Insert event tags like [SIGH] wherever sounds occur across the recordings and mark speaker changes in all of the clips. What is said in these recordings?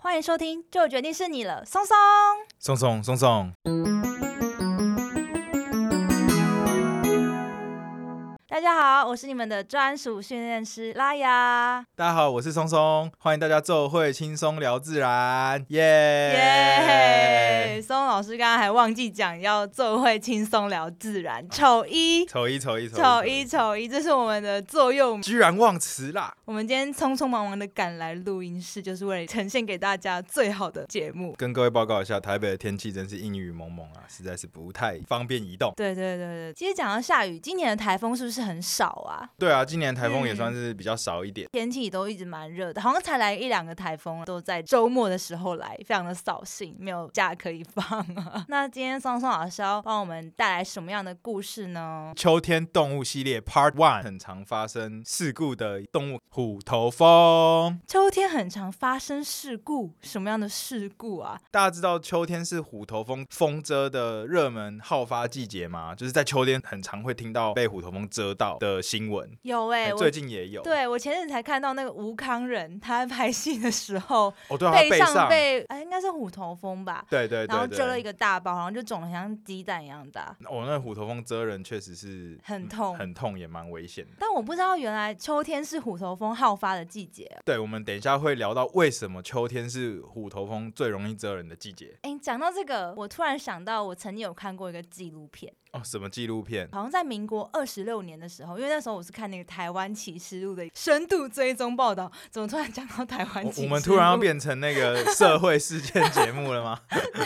Speaker 1: 欢迎收听《就决定是你了》，松松。
Speaker 2: 松松松松，
Speaker 1: 大家好，我是你们的专属训练师拉雅。
Speaker 2: 大家好，我是松松，欢迎大家奏会轻松聊自然，耶、
Speaker 1: 耶！松老师刚刚还忘记讲要做会轻松聊自然，丑一。
Speaker 2: 丑一丑一
Speaker 1: 丑一，丑一，这是我们的座右铭。
Speaker 2: 居然忘词啦！
Speaker 1: 我们今天匆匆忙忙的赶来录音室，就是为了呈现给大家最好的节目。
Speaker 2: 跟各位报告一下，台北的天气真是阴雨蒙蒙啊，实在是不太方便移动。
Speaker 1: 对对对对，其实讲到下雨，今年的台风是不是很少啊？
Speaker 2: 对啊，今年台风也算是比较少一点。
Speaker 1: 天气都一直蛮热的，好像才来一两个台风，都在周末的时候来，非常的扫兴，没有假可以放啊。 [LAUGHS] 那今天松松老师要帮我们带来什么样的故事呢？
Speaker 2: 秋天动物系列 Part One 很常发生事故的动物虎头蜂，
Speaker 1: 秋天很常发生事故，什么样的事故啊？
Speaker 2: 大家知道秋天是虎头蜂蜂蛰的热门好发季节吗？就是在秋天很常会听到被虎头蜂蛰到的新闻。
Speaker 1: 有哎、
Speaker 2: 哎
Speaker 1: 我
Speaker 2: 最近也有，
Speaker 1: 对我前阵子才看到那个吴康仁，他在拍戏的时候
Speaker 2: 哦，对啊，它背
Speaker 1: 上被哎、应该是虎头蜂吧，
Speaker 2: 对对对
Speaker 1: 然后蛰了一
Speaker 2: 个。
Speaker 1: 个大包，好像就肿的像鸡蛋一样大。
Speaker 2: 哦，那虎头蜂蛰人确实是
Speaker 1: 很
Speaker 2: 嗯
Speaker 1: 痛
Speaker 2: 很痛也蛮危险的。
Speaker 1: 但我不知道原来秋天是虎头蜂好发的季节。
Speaker 2: 对，我们等一下会聊到为什么秋天是虎头蜂最容易蛰人的季节
Speaker 1: 哎、讲到这个，我突然想到，我曾经有看过一个纪录片，
Speaker 2: 哦。什么纪录片？
Speaker 1: 好像在民国二十六年的时候，因为那时候我是看那个台湾启示录的深度追踪报道，怎么突然讲到台湾启
Speaker 2: 我
Speaker 1: 示
Speaker 2: 我
Speaker 1: 录？
Speaker 2: 们突然要，变成那个社会事件节目了吗？ [LAUGHS]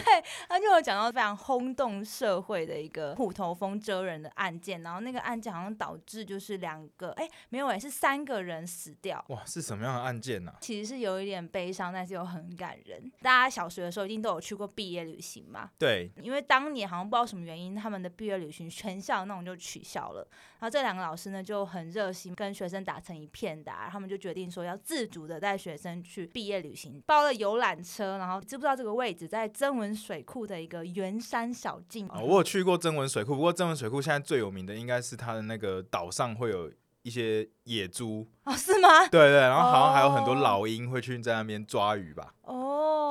Speaker 1: 他就有讲到非常轰动社会的一个虎头蜂蛰人的案件，然后那个案件好像导致就是两个，哎、没有、哎，是三个人死掉。
Speaker 2: 哇，是什么样的案件呢、啊？
Speaker 1: 其实是有一点悲伤，但是又很感人。大家小学的时候一定都有去过毕业旅行嘛，
Speaker 2: 对，
Speaker 1: 因为当年好像不知道什么原因，他们的毕业旅行全校那种就取消了。然后这两个老师呢就很热心，跟学生打成一片的啊、他们就决定说要自主的带学生去毕业旅行，包了游览车，然后知不知道这个位置在曾文水库的一个圆山小径？
Speaker 2: 啊、我有去过曾文水库，不过曾文水库现在最有名的应该是它的那个岛上会有一些野猪，
Speaker 1: 哦，是吗？
Speaker 2: 对对，然后好像还有很多
Speaker 1: 哦
Speaker 2: 老鹰会去在那边抓鱼吧。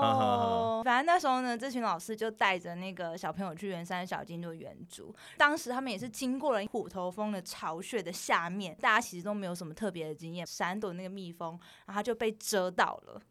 Speaker 2: 哈哈
Speaker 1: 哦 [LAUGHS]
Speaker 2: 哈，
Speaker 1: 反正那时候呢，这群老师就带着那个小朋友去圆山小径做远足。当时他们也是经过了虎头蜂的巢穴的下面，大家其实都没有什么特别的经验，闪躲那个蜜蜂，然后他就被蛰到了。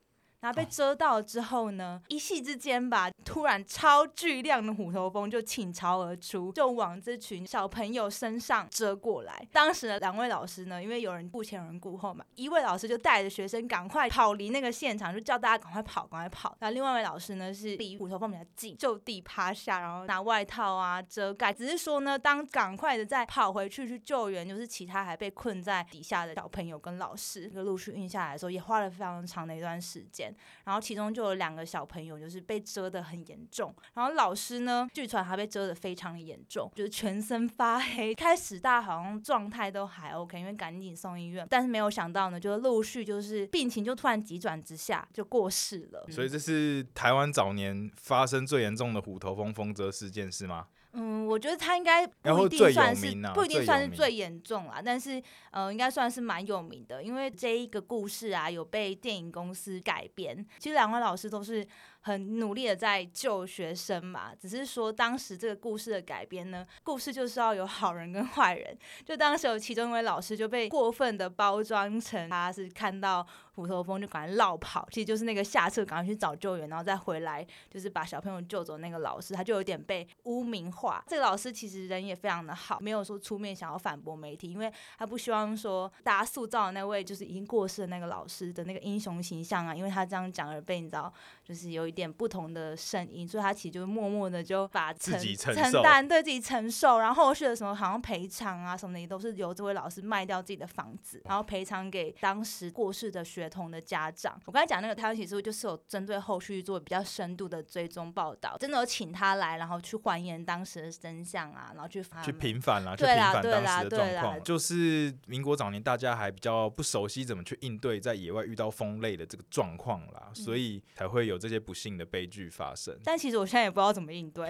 Speaker 1: 然后被蛰到了之后呢，一夕之间吧，突然超巨量的虎头蜂就倾巢而出，就往这群小朋友身上蛰过来。当时的两位老师呢，因为有人顾前有人顾后嘛，一位老师就带着学生赶快跑离那个现场，就叫大家赶快跑，赶快跑。然后另外一位老师呢是离虎头蜂比较近，就地趴下，然后拿外套啊遮盖。只是说呢，当赶快的再跑回去去救援，就是其他还被困在底下的小朋友跟老师，这个陆续运下来的时候，也花了非常长的一段时间。然后其中就有两个小朋友就是被蛰得很严重，然后老师呢，据传他被蛰得非常严重，就是全身发黑。开始大家好像状态都还 OK，因为赶紧送医院，但是没有想到呢，就是陆续就是病情就突然急转直下，就过世了。
Speaker 2: 所以这是台湾早年发生最严重的虎头蜂蜂蛰事件是吗？
Speaker 1: 嗯，我觉得他应该
Speaker 2: 然
Speaker 1: 不
Speaker 2: 后
Speaker 1: 一定
Speaker 2: 最
Speaker 1: 算
Speaker 2: 有
Speaker 1: 是、
Speaker 2: 名啊
Speaker 1: 不一定
Speaker 2: 最
Speaker 1: 算
Speaker 2: 有
Speaker 1: 是
Speaker 2: 名
Speaker 1: 最严重啦，但是呃，应该算是蛮有名的，因为这一个故事啊，有被电影公司改编。其实两位老师都是很努力的在救学生嘛，只是说当时这个故事的改编呢，故事就是要有好人跟坏人。就当时有其中一位老师就被过分的包装成他是看到虎头蜂就赶快绕跑，其实就是那个下车赶快去找救援，然后再回来就是把小朋友救走那个老师，他就有点被污名化。这个老师其实人也非常的好，没有说出面想要反驳媒体，因为他不希望说大家塑造的那位就是已经过世的那个老师的那个英雄形象啊，因为他这样讲而被你知道就是有一点不同的声音，所以他其实就默默的就把承
Speaker 2: 自己承受
Speaker 1: 承担对自己承受，然后后续的什么好像赔偿啊什么的也都是由这位老师卖掉自己的房子，然后赔偿给当时过世的学童的家长。我刚才讲那个台湾起诉就是有针对后续做比较深度的追踪报道，真的有请他来，然后去还原当时的真相啊，然后去发
Speaker 2: 去平反啦，去
Speaker 1: 对
Speaker 2: 平
Speaker 1: 啦
Speaker 2: 反
Speaker 1: 对啦
Speaker 2: 当时的
Speaker 1: 对
Speaker 2: 状
Speaker 1: 啦
Speaker 2: 况，就是民国早年大家还比较不熟悉怎么去应对在野外遇到风类的这个状况
Speaker 1: 嗯
Speaker 2: 啦，所以才会有这些不幸的悲剧发生。
Speaker 1: 但其实我现在也不知道怎么应
Speaker 2: [LAUGHS]
Speaker 1: 对。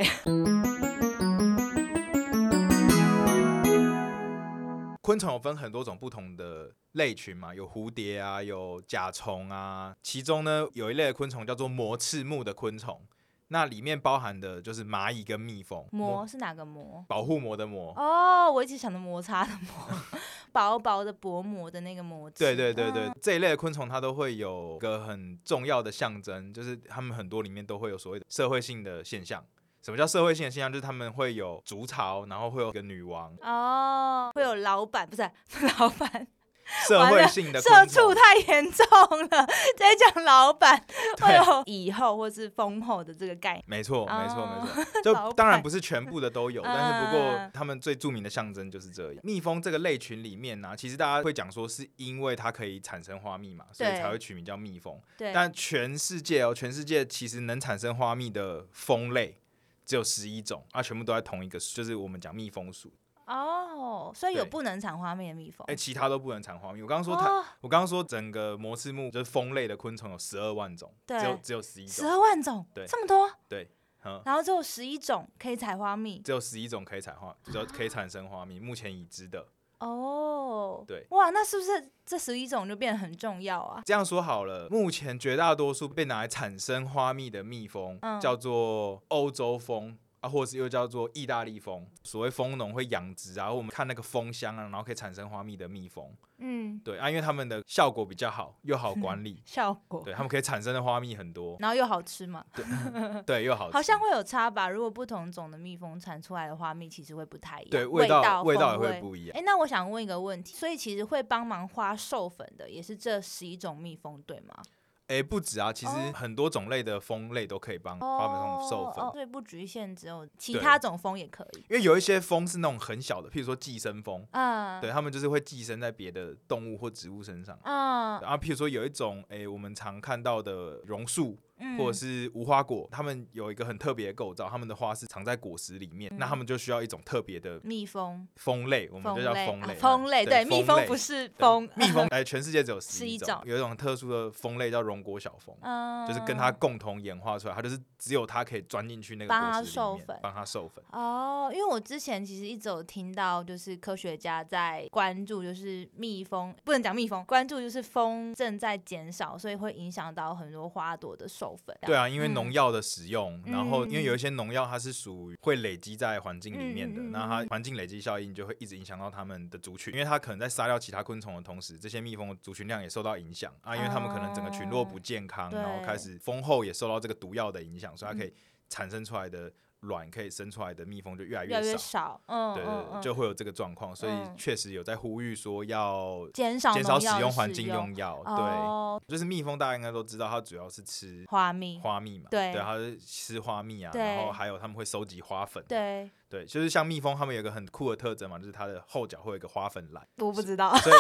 Speaker 2: 昆虫有分很多种不同的类群嘛，有蝴蝶啊，有甲虫啊。其中呢，有一类的昆虫叫做膜翅目的昆虫，那里面包含的就是蚂蚁跟蜜蜂。
Speaker 1: 膜是哪个膜？
Speaker 2: 保护膜的膜。
Speaker 1: 哦，我一直想着摩擦的膜， [LAUGHS] 薄薄的薄膜的那个膜。
Speaker 2: 对对对对，这一类的昆虫它都会有个很重要的象征，就是它们很多里面都会有所谓的社会性的现象。什么叫社会性的现象？就是他们会有筑巢，然后会有一个女王，
Speaker 1: 哦，会有老板不是 [LAUGHS] 老板，
Speaker 2: 社会性的
Speaker 1: 社
Speaker 2: 昆
Speaker 1: 畜
Speaker 2: 虫。
Speaker 1: 太严重了，在讲老板会
Speaker 2: [LAUGHS] 对
Speaker 1: 有以后或是丰后的这个概念。
Speaker 2: 没错，没错，
Speaker 1: 哦
Speaker 2: 没错。
Speaker 1: [LAUGHS] 老
Speaker 2: 就
Speaker 1: 板
Speaker 2: 当然不是全部的都
Speaker 1: [LAUGHS]
Speaker 2: 有，但是不过
Speaker 1: 嗯
Speaker 2: 他们最著名的象征就是这样。蜜蜂这个类群里面呢、啊其实大家会讲说是因为它可以产生花蜜嘛，所以
Speaker 1: 对
Speaker 2: 才会取名叫蜜蜂。
Speaker 1: 对，
Speaker 2: 但全世界哦，全世界其实能产生花蜜的蜂类只有十一种，啊，全部都在同一个属，就是我们讲蜜蜂属。
Speaker 1: 哦，所以有
Speaker 2: 对
Speaker 1: 不能产花蜜的蜜蜂
Speaker 2: 哎、。其他都不能产花蜜。我刚刚说它，
Speaker 1: 哦，
Speaker 2: 我刚刚说整个摩氏目就是蜂类的昆虫有十二万种，只
Speaker 1: 对
Speaker 2: 有只有十一
Speaker 1: 十
Speaker 2: 种，
Speaker 1: 二万种，
Speaker 2: 对
Speaker 1: 这么多，
Speaker 2: 嗯，
Speaker 1: 然后只有十一种可以采花蜜。
Speaker 2: 只有十一种可以产花， [LAUGHS] 就可以产生花蜜。目前已知的。
Speaker 1: 哦，
Speaker 2: 对
Speaker 1: 哇，那是不是这十一种就变得很重要啊？
Speaker 2: 这样说好了，目前绝大多数被拿来产生花蜜的蜜蜂，
Speaker 1: 嗯
Speaker 2: 叫做欧洲蜂。啊，或是又叫做意大利蜂，所谓蜂农会养殖啊，或我们看那个蜂箱啊，然后可以产生花蜜的蜜蜂，
Speaker 1: 嗯，，
Speaker 2: 对啊，因为它们的效果比较好，又好管理
Speaker 1: [LAUGHS] 效果，
Speaker 2: 对，它们可以产生的花蜜很多，
Speaker 1: 然后又好吃嘛，
Speaker 2: 对，又好吃，
Speaker 1: 嗯好像会有差吧？如果不同种的蜜蜂产出来的花蜜，其实会不太一样，
Speaker 2: 对
Speaker 1: 味
Speaker 2: 道味
Speaker 1: 道
Speaker 2: 也
Speaker 1: 风
Speaker 2: 会不一样，
Speaker 1: 哎、那我想问一个问题，所以其实会帮忙花授粉的也是这十一种蜜蜂，对吗？
Speaker 2: 哎、不止啊，其实
Speaker 1: 哦
Speaker 2: 很多种类的蜂类都可以帮花粉虫授粉，
Speaker 1: 哦，所以不局限只有其
Speaker 2: 对
Speaker 1: 他种蜂也可以。
Speaker 2: 因为有一些蜂是那种很小的，譬如说寄生蜂，
Speaker 1: 嗯，
Speaker 2: 对，它们就是会寄生在别的动物或植物身上。啊
Speaker 1: 嗯，
Speaker 2: 然后，譬如说有一种诶、我们常看到的榕树
Speaker 1: 嗯，
Speaker 2: 或者是无花果，它们有一个很特别的构造，它们的花是藏在果实里
Speaker 1: 嗯
Speaker 2: 面，那它们就需要一种特别的
Speaker 1: 蜜蜂，
Speaker 2: 蜂类，我们就叫蜂
Speaker 1: 啊
Speaker 2: 类。
Speaker 1: 蜂类，对，蜜蜂不
Speaker 2: 是
Speaker 1: 是蜂，
Speaker 2: 蜜蜂，哎，全世界只有
Speaker 1: 是
Speaker 2: 十
Speaker 1: 一
Speaker 2: 一
Speaker 1: 种
Speaker 2: 种，有一种特殊的蜂类叫榕果小蜂。
Speaker 1: 嗯，
Speaker 2: 就是跟它共同演化出来，它就是只有它可以钻进去那个
Speaker 1: 帮它
Speaker 2: 果实里
Speaker 1: 授
Speaker 2: 面
Speaker 1: 粉，
Speaker 2: 帮它授粉。
Speaker 1: 哦，因为我之前其实一直有听到，就是科学家在关注，就是蜜蜂不能讲蜜蜂，关注就是蜂正在减少，所以会影响到很多花朵的授粉。
Speaker 2: 对啊，因为
Speaker 1: 嗯
Speaker 2: 农药的使用，然后因为
Speaker 1: 嗯
Speaker 2: 有一些农药它是属于会累积在环境里面的，
Speaker 1: 嗯嗯嗯
Speaker 2: 那它环境累积效应就会一直影响到它们的族群，因为它可能在杀掉其他昆虫的同时，这些蜜蜂的族群量也受到影响啊，因为它们可能整个群落不健康，
Speaker 1: 哦对嗯
Speaker 2: 然后开始蜂后也受到这个毒药的影响，所以它可以产生出来的卵可以生出来的蜜蜂就啊越来
Speaker 1: 越来越
Speaker 2: 少。
Speaker 1: 少，嗯，
Speaker 2: 对对
Speaker 1: 嗯
Speaker 2: 对，
Speaker 1: 嗯
Speaker 2: 就会有这个状况，所以
Speaker 1: 嗯
Speaker 2: 确实有在呼吁说要
Speaker 1: 减少
Speaker 2: 减少
Speaker 1: 农药
Speaker 2: 使
Speaker 1: 的
Speaker 2: 用环境
Speaker 1: 使
Speaker 2: 用药。
Speaker 1: 哦，
Speaker 2: 对，就是蜜蜂，大家应该都知道，它主要是吃
Speaker 1: 花蜜，
Speaker 2: 花蜜嘛，
Speaker 1: 对
Speaker 2: 它是吃花蜜啊，
Speaker 1: 对
Speaker 2: 然后还有他们会收集花粉，
Speaker 1: 对，
Speaker 2: 对，就是像蜜蜂，它们有一个很酷的特征嘛，就是它的后脚会有一个花粉兰，
Speaker 1: 我不知道 [LAUGHS]
Speaker 2: 所以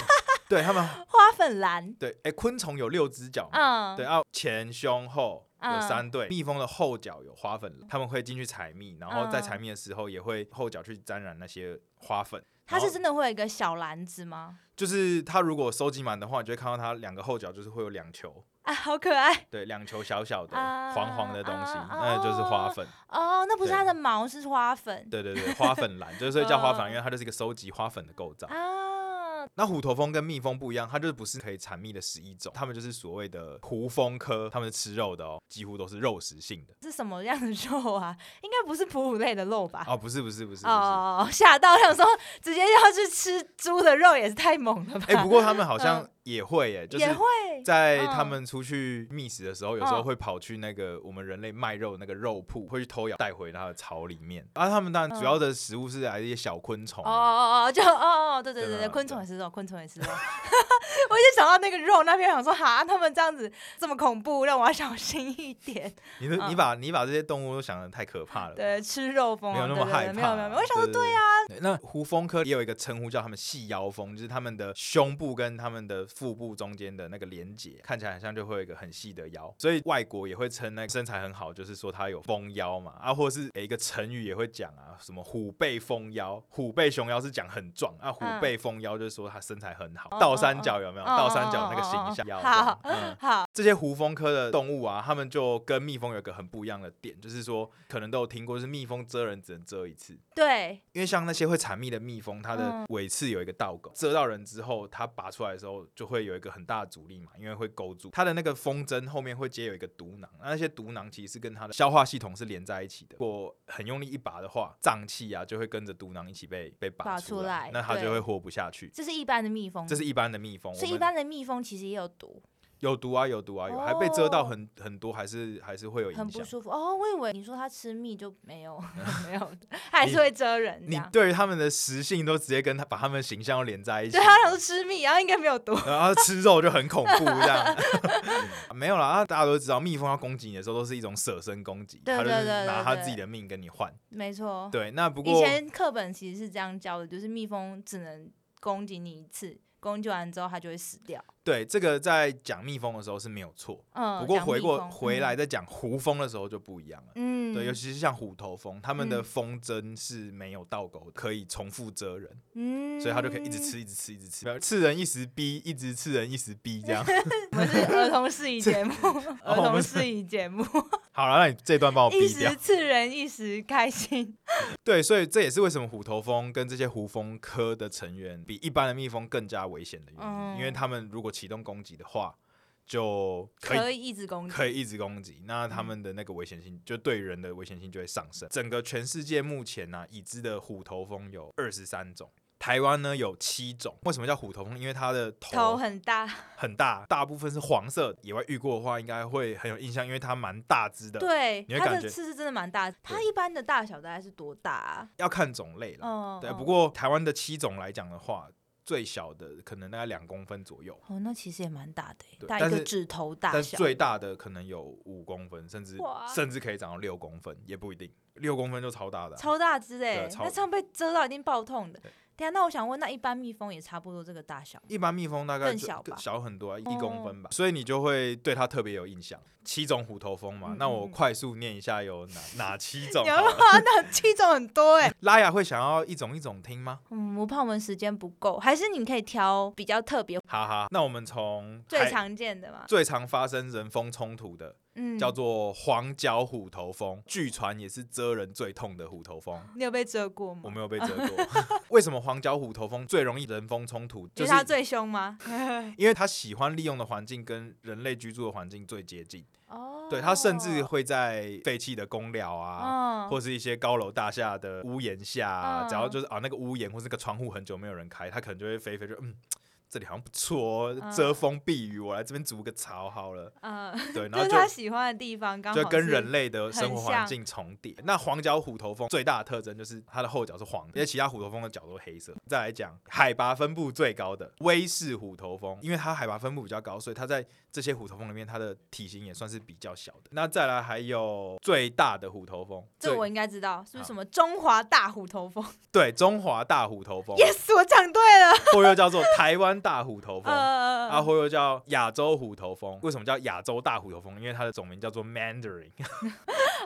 Speaker 2: 对它们
Speaker 1: 花粉兰，
Speaker 2: 对，哎、昆虫有六只脚嘛，
Speaker 1: 嗯，
Speaker 2: 对，啊，前胸后有
Speaker 1: 嗯
Speaker 2: 三对，蜜蜂的后脚有花粉兰，它们会进去采蜜，然后
Speaker 1: 嗯
Speaker 2: 在采蜜的时候也会后脚去沾染那些花粉，
Speaker 1: 它
Speaker 2: 然后
Speaker 1: 是真的会有一个小篮子吗？
Speaker 2: 就是它如果收集满的话，你就会看到它两个后脚就是会有两球，
Speaker 1: 啊，好可爱
Speaker 2: 对，两球小小的、
Speaker 1: 啊
Speaker 2: 黄黄的东西，
Speaker 1: 啊
Speaker 2: 那就是花
Speaker 1: 哦
Speaker 2: 粉。
Speaker 1: 哦！那不是
Speaker 2: 对
Speaker 1: 它的毛，是花粉
Speaker 2: 对对对，花粉兰就是所以叫花粉
Speaker 1: 嗯
Speaker 2: 兰，因为它就是一个收集花粉的构造。
Speaker 1: 啊，
Speaker 2: 那虎头蜂跟蜜蜂不一样，它就是不是可以产蜜的十一种，它们就是所谓的胡蜂科，它们是吃肉的哦，几乎都是肉食性的。
Speaker 1: 是什么样的肉啊？应该不是哺乳类的肉吧？
Speaker 2: 哦，不是不是不是不是，哎、
Speaker 1: 哦，吓到！我想说，直接要去吃猪的肉也是太猛了吧？
Speaker 2: 哎不过它们好像也会耶，就是
Speaker 1: 嗯也会
Speaker 2: 在
Speaker 1: 嗯
Speaker 2: 它们出去觅食的时候，有时候
Speaker 1: 嗯
Speaker 2: 会跑去那个我们人类卖肉的那个肉铺，会去偷咬带回它的巢里面。啊，它们当然主要的食物是来自一些小昆虫
Speaker 1: 嗯哦
Speaker 2: 啊、
Speaker 1: 哦哦，就哦哦，对对
Speaker 2: 对
Speaker 1: 对
Speaker 2: 吧
Speaker 1: 对，昆虫
Speaker 2: 对啊
Speaker 1: 也是肉，昆虫也是肉。 [LAUGHS] 我一直想到那个肉那边，想说哈，他们这样子这么恐怖，让我要小心一
Speaker 2: [LAUGHS]
Speaker 1: 点。
Speaker 2: 你的你
Speaker 1: 嗯
Speaker 2: 把你把这些动物都想的太可怕了吧。
Speaker 1: 对，吃肉疯
Speaker 2: 没
Speaker 1: 啊，
Speaker 2: 有那
Speaker 1: 对
Speaker 2: 么
Speaker 1: 对
Speaker 2: 害
Speaker 1: 对，
Speaker 2: 怕。
Speaker 1: 没有没有没有。我想说，
Speaker 2: 说对啊。那胡蜂科也有一个称呼叫他们细腰蜂，就是他们的胸部跟他们的腹部中间的那个连结，看起来很像就会有一个很细的腰，所以外国也会称那个身材很好，就是说他有丰腰嘛，啊，或者是诶一个成语也会讲啊，什么虎背丰腰，虎背熊腰是讲很壮，啊，虎
Speaker 1: 嗯
Speaker 2: 背丰腰就是说他身材很好
Speaker 1: 哦，
Speaker 2: 倒三角有没有？
Speaker 1: 哦哦
Speaker 2: 倒三角那个形象，腰这样
Speaker 1: 好
Speaker 2: 嗯
Speaker 1: [LAUGHS] 好，
Speaker 2: 这些胡蜂科的动物啊，它们就跟蜜蜂有一个很不一样的点，就是说可能都有听过，就是蜜蜂蜇人只能蜇一次。
Speaker 1: 对，
Speaker 2: 因为像那些会产蜜的蜜蜂，它的
Speaker 1: 嗯
Speaker 2: 尾刺有一个倒钩，蜇到人之后，它拔出来的时候就会有一个很大的阻力嘛，因为会勾住它的那个蜂针后面会接有一个毒囊，那那些毒囊其实是跟它的消化系统是连在一起的。如果很用力一拔的话，脏器啊就会跟着毒囊一起被被拔
Speaker 1: 拔
Speaker 2: 出
Speaker 1: 出
Speaker 2: 来
Speaker 1: 来，
Speaker 2: 那它
Speaker 1: 对
Speaker 2: 就会活不下去。
Speaker 1: 这是一般的蜜蜂，
Speaker 2: 这是一般的蜜蜂，
Speaker 1: 所以
Speaker 2: 我
Speaker 1: 一
Speaker 2: 们
Speaker 1: 般的蜜蜂其实也有毒，
Speaker 2: 有毒啊，有毒啊，有还被蛰到
Speaker 1: 哦
Speaker 2: 很很多，还是还是会有
Speaker 1: 很
Speaker 2: 影
Speaker 1: 不
Speaker 2: 响。
Speaker 1: 舒服。哦，我以为你说它吃蜜就没
Speaker 2: [LAUGHS]
Speaker 1: 有 [LAUGHS] 没有，它还是会蜇人这
Speaker 2: 你
Speaker 1: 样。
Speaker 2: 对于他们的食性都直接跟他把他们的形象都连在一起，
Speaker 1: 对，它想说吃蜜，然后应该没有毒。
Speaker 2: 然后吃肉就很恐怖这样。 [LAUGHS] 没有啦，啊大家都知道，蜜蜂要攻击你的时候都是一种舍身攻击，
Speaker 1: 对
Speaker 2: 它就是
Speaker 1: 对对
Speaker 2: 拿
Speaker 1: 对
Speaker 2: 它
Speaker 1: 对
Speaker 2: 自己的命跟你换。
Speaker 1: 没错，
Speaker 2: 对，那不
Speaker 1: 以
Speaker 2: 过
Speaker 1: 前课本其实是这样教的，就是蜜蜂只能攻击你一次，攻击完之后它就会死掉。
Speaker 2: 对这个在讲蜜蜂的时候是没有错，
Speaker 1: 嗯，
Speaker 2: 不过
Speaker 1: 讲
Speaker 2: 回
Speaker 1: 蜜
Speaker 2: 过
Speaker 1: 蜂
Speaker 2: 回来，再讲胡蜂的时候就不一样了。
Speaker 1: 嗯，
Speaker 2: 对，尤
Speaker 1: 嗯
Speaker 2: 其是像虎头蜂，它们的
Speaker 1: 嗯
Speaker 2: 蜂针是没有倒钩的，可以重复蜇人。
Speaker 1: 嗯，
Speaker 2: 所以他就可以一直吃，一直吃，一直吃，刺人一时逼，一直刺人一时逼
Speaker 1: [LAUGHS]
Speaker 2: 这样。
Speaker 1: 我们是儿童适宜
Speaker 2: [LAUGHS]
Speaker 1: 节目，儿
Speaker 2: 我们
Speaker 1: 童
Speaker 2: 是
Speaker 1: 适宜节目，
Speaker 2: 好了，那你这段帮我
Speaker 1: [LAUGHS] 一
Speaker 2: 逼掉
Speaker 1: 时。刺人一时开心。
Speaker 2: 对，所以这也是为什么虎头蜂跟这些胡蜂科的成员比一般的蜜蜂更加危险的原因，
Speaker 1: 嗯
Speaker 2: 因为他们如果启动攻击的话，就 [LAUGHS] 可以
Speaker 1: 可以一嗯直攻击，
Speaker 2: 可以一直攻击，那他们的那个危险性就对人的危险性就会上升。整个全世界目前呢、已知的虎头蜂有二十三种。台湾呢有七种，为什么叫虎头蜂？因为它的
Speaker 1: 头很大，
Speaker 2: 很大，大部分是黄色。野外遇过的话，应该会很有印象，因为它蛮大只的。，
Speaker 1: 对，
Speaker 2: 你会
Speaker 1: 它
Speaker 2: 感
Speaker 1: 的
Speaker 2: 觉
Speaker 1: 刺是真的蛮大。它一般的大小大概是多大啊？
Speaker 2: 要看种类啦。
Speaker 1: 哦，
Speaker 2: 对，啊
Speaker 1: 哦
Speaker 2: 不过台湾的七种来讲的话，最小的可能大概两公分左右，
Speaker 1: 哦，那其实也蛮大的欸耶，
Speaker 2: 对
Speaker 1: 大概
Speaker 2: 但
Speaker 1: 一个
Speaker 2: 是
Speaker 1: 指头大
Speaker 2: 但是
Speaker 1: 小。
Speaker 2: 最大的可能有五公分，甚至
Speaker 1: 哇
Speaker 2: 甚至可以长到六公分，也不一定。六公分就超大的啊、
Speaker 1: 超大只哎、
Speaker 2: 超
Speaker 1: 那这样被蛰到一定爆痛的。
Speaker 2: 对
Speaker 1: 等一下，那我想问，那一般蜜蜂也差不多这个大小吗？
Speaker 2: 一般蜜蜂大概
Speaker 1: 更
Speaker 2: 就
Speaker 1: 小吧嗯
Speaker 2: 小很多、啊，一公分吧，所以你就会对它特别有印象。七种虎头蜂嘛，
Speaker 1: 嗯
Speaker 2: 那我
Speaker 1: 嗯嗯
Speaker 2: 快速念一下有哪哪七种
Speaker 1: 你要
Speaker 2: 好了？
Speaker 1: 哇，啊 [LAUGHS] 那七种很多哎、
Speaker 2: 拉雅会想要一种一种听吗？
Speaker 1: [LAUGHS] 嗯，我怕我们时间不够，还是你可以挑比较特别、
Speaker 2: 哈哈，那我们从
Speaker 1: 最
Speaker 2: 海
Speaker 1: 常见的嘛。
Speaker 2: 最常发生人蜂冲突的
Speaker 1: 嗯，
Speaker 2: 叫做黄脚虎头蜂，据传也是蜇人最痛的虎头蜂。
Speaker 1: 你有被蛰过吗？
Speaker 2: 我没有被蛰
Speaker 1: [LAUGHS]
Speaker 2: 过， [LAUGHS] 为什么黄脚虎头蜂最容易人蜂冲突？
Speaker 1: 就
Speaker 2: 就是是
Speaker 1: 它最凶吗？
Speaker 2: 因为它喜欢利用的环境跟人类居住的环境最接近，
Speaker 1: 哦，
Speaker 2: 对它甚至会在废弃的公寮啊。
Speaker 1: 嗯，
Speaker 2: 或是一些高楼大厦的屋檐下啊、
Speaker 1: 嗯
Speaker 2: 只要就是啊那个屋檐或是那个窗户很久没有人开，它可能就会飞一飞就嗯，这里好像不错哦，
Speaker 1: 嗯
Speaker 2: 遮风避雨，我来这边筑个巢好了。
Speaker 1: 嗯， [LAUGHS]
Speaker 2: 对，然
Speaker 1: 就
Speaker 2: 后
Speaker 1: 是
Speaker 2: 就
Speaker 1: 它喜欢的地方刚好
Speaker 2: 就跟
Speaker 1: 是
Speaker 2: 人类的生活
Speaker 1: 很
Speaker 2: 环
Speaker 1: 像
Speaker 2: 境重叠。那黄脚虎头蜂最大的特征就是它的后脚是黄的，因为其他虎头蜂的脚都是黑色。再来讲海拔分布最高的威氏虎头蜂，因为它海拔分布比较高，所以它在这些虎头蜂里面，它的体型也算是比较小的。那再来还有最大的虎头蜂，
Speaker 1: 这
Speaker 2: 最
Speaker 1: 我应该知道，是不
Speaker 2: 好哦
Speaker 1: 是什么中华大虎头蜂
Speaker 2: 对中华大虎头蜂，
Speaker 1: [LAUGHS] ？Yes，我讲对了。
Speaker 2: 或又叫做台湾大虎头
Speaker 1: [LAUGHS]
Speaker 2: 蜂。
Speaker 1: 呃，
Speaker 2: 啊，或又叫亚洲虎头蜂，为什么叫亚洲大虎头蜂？因为它的种名叫做 Mandarin，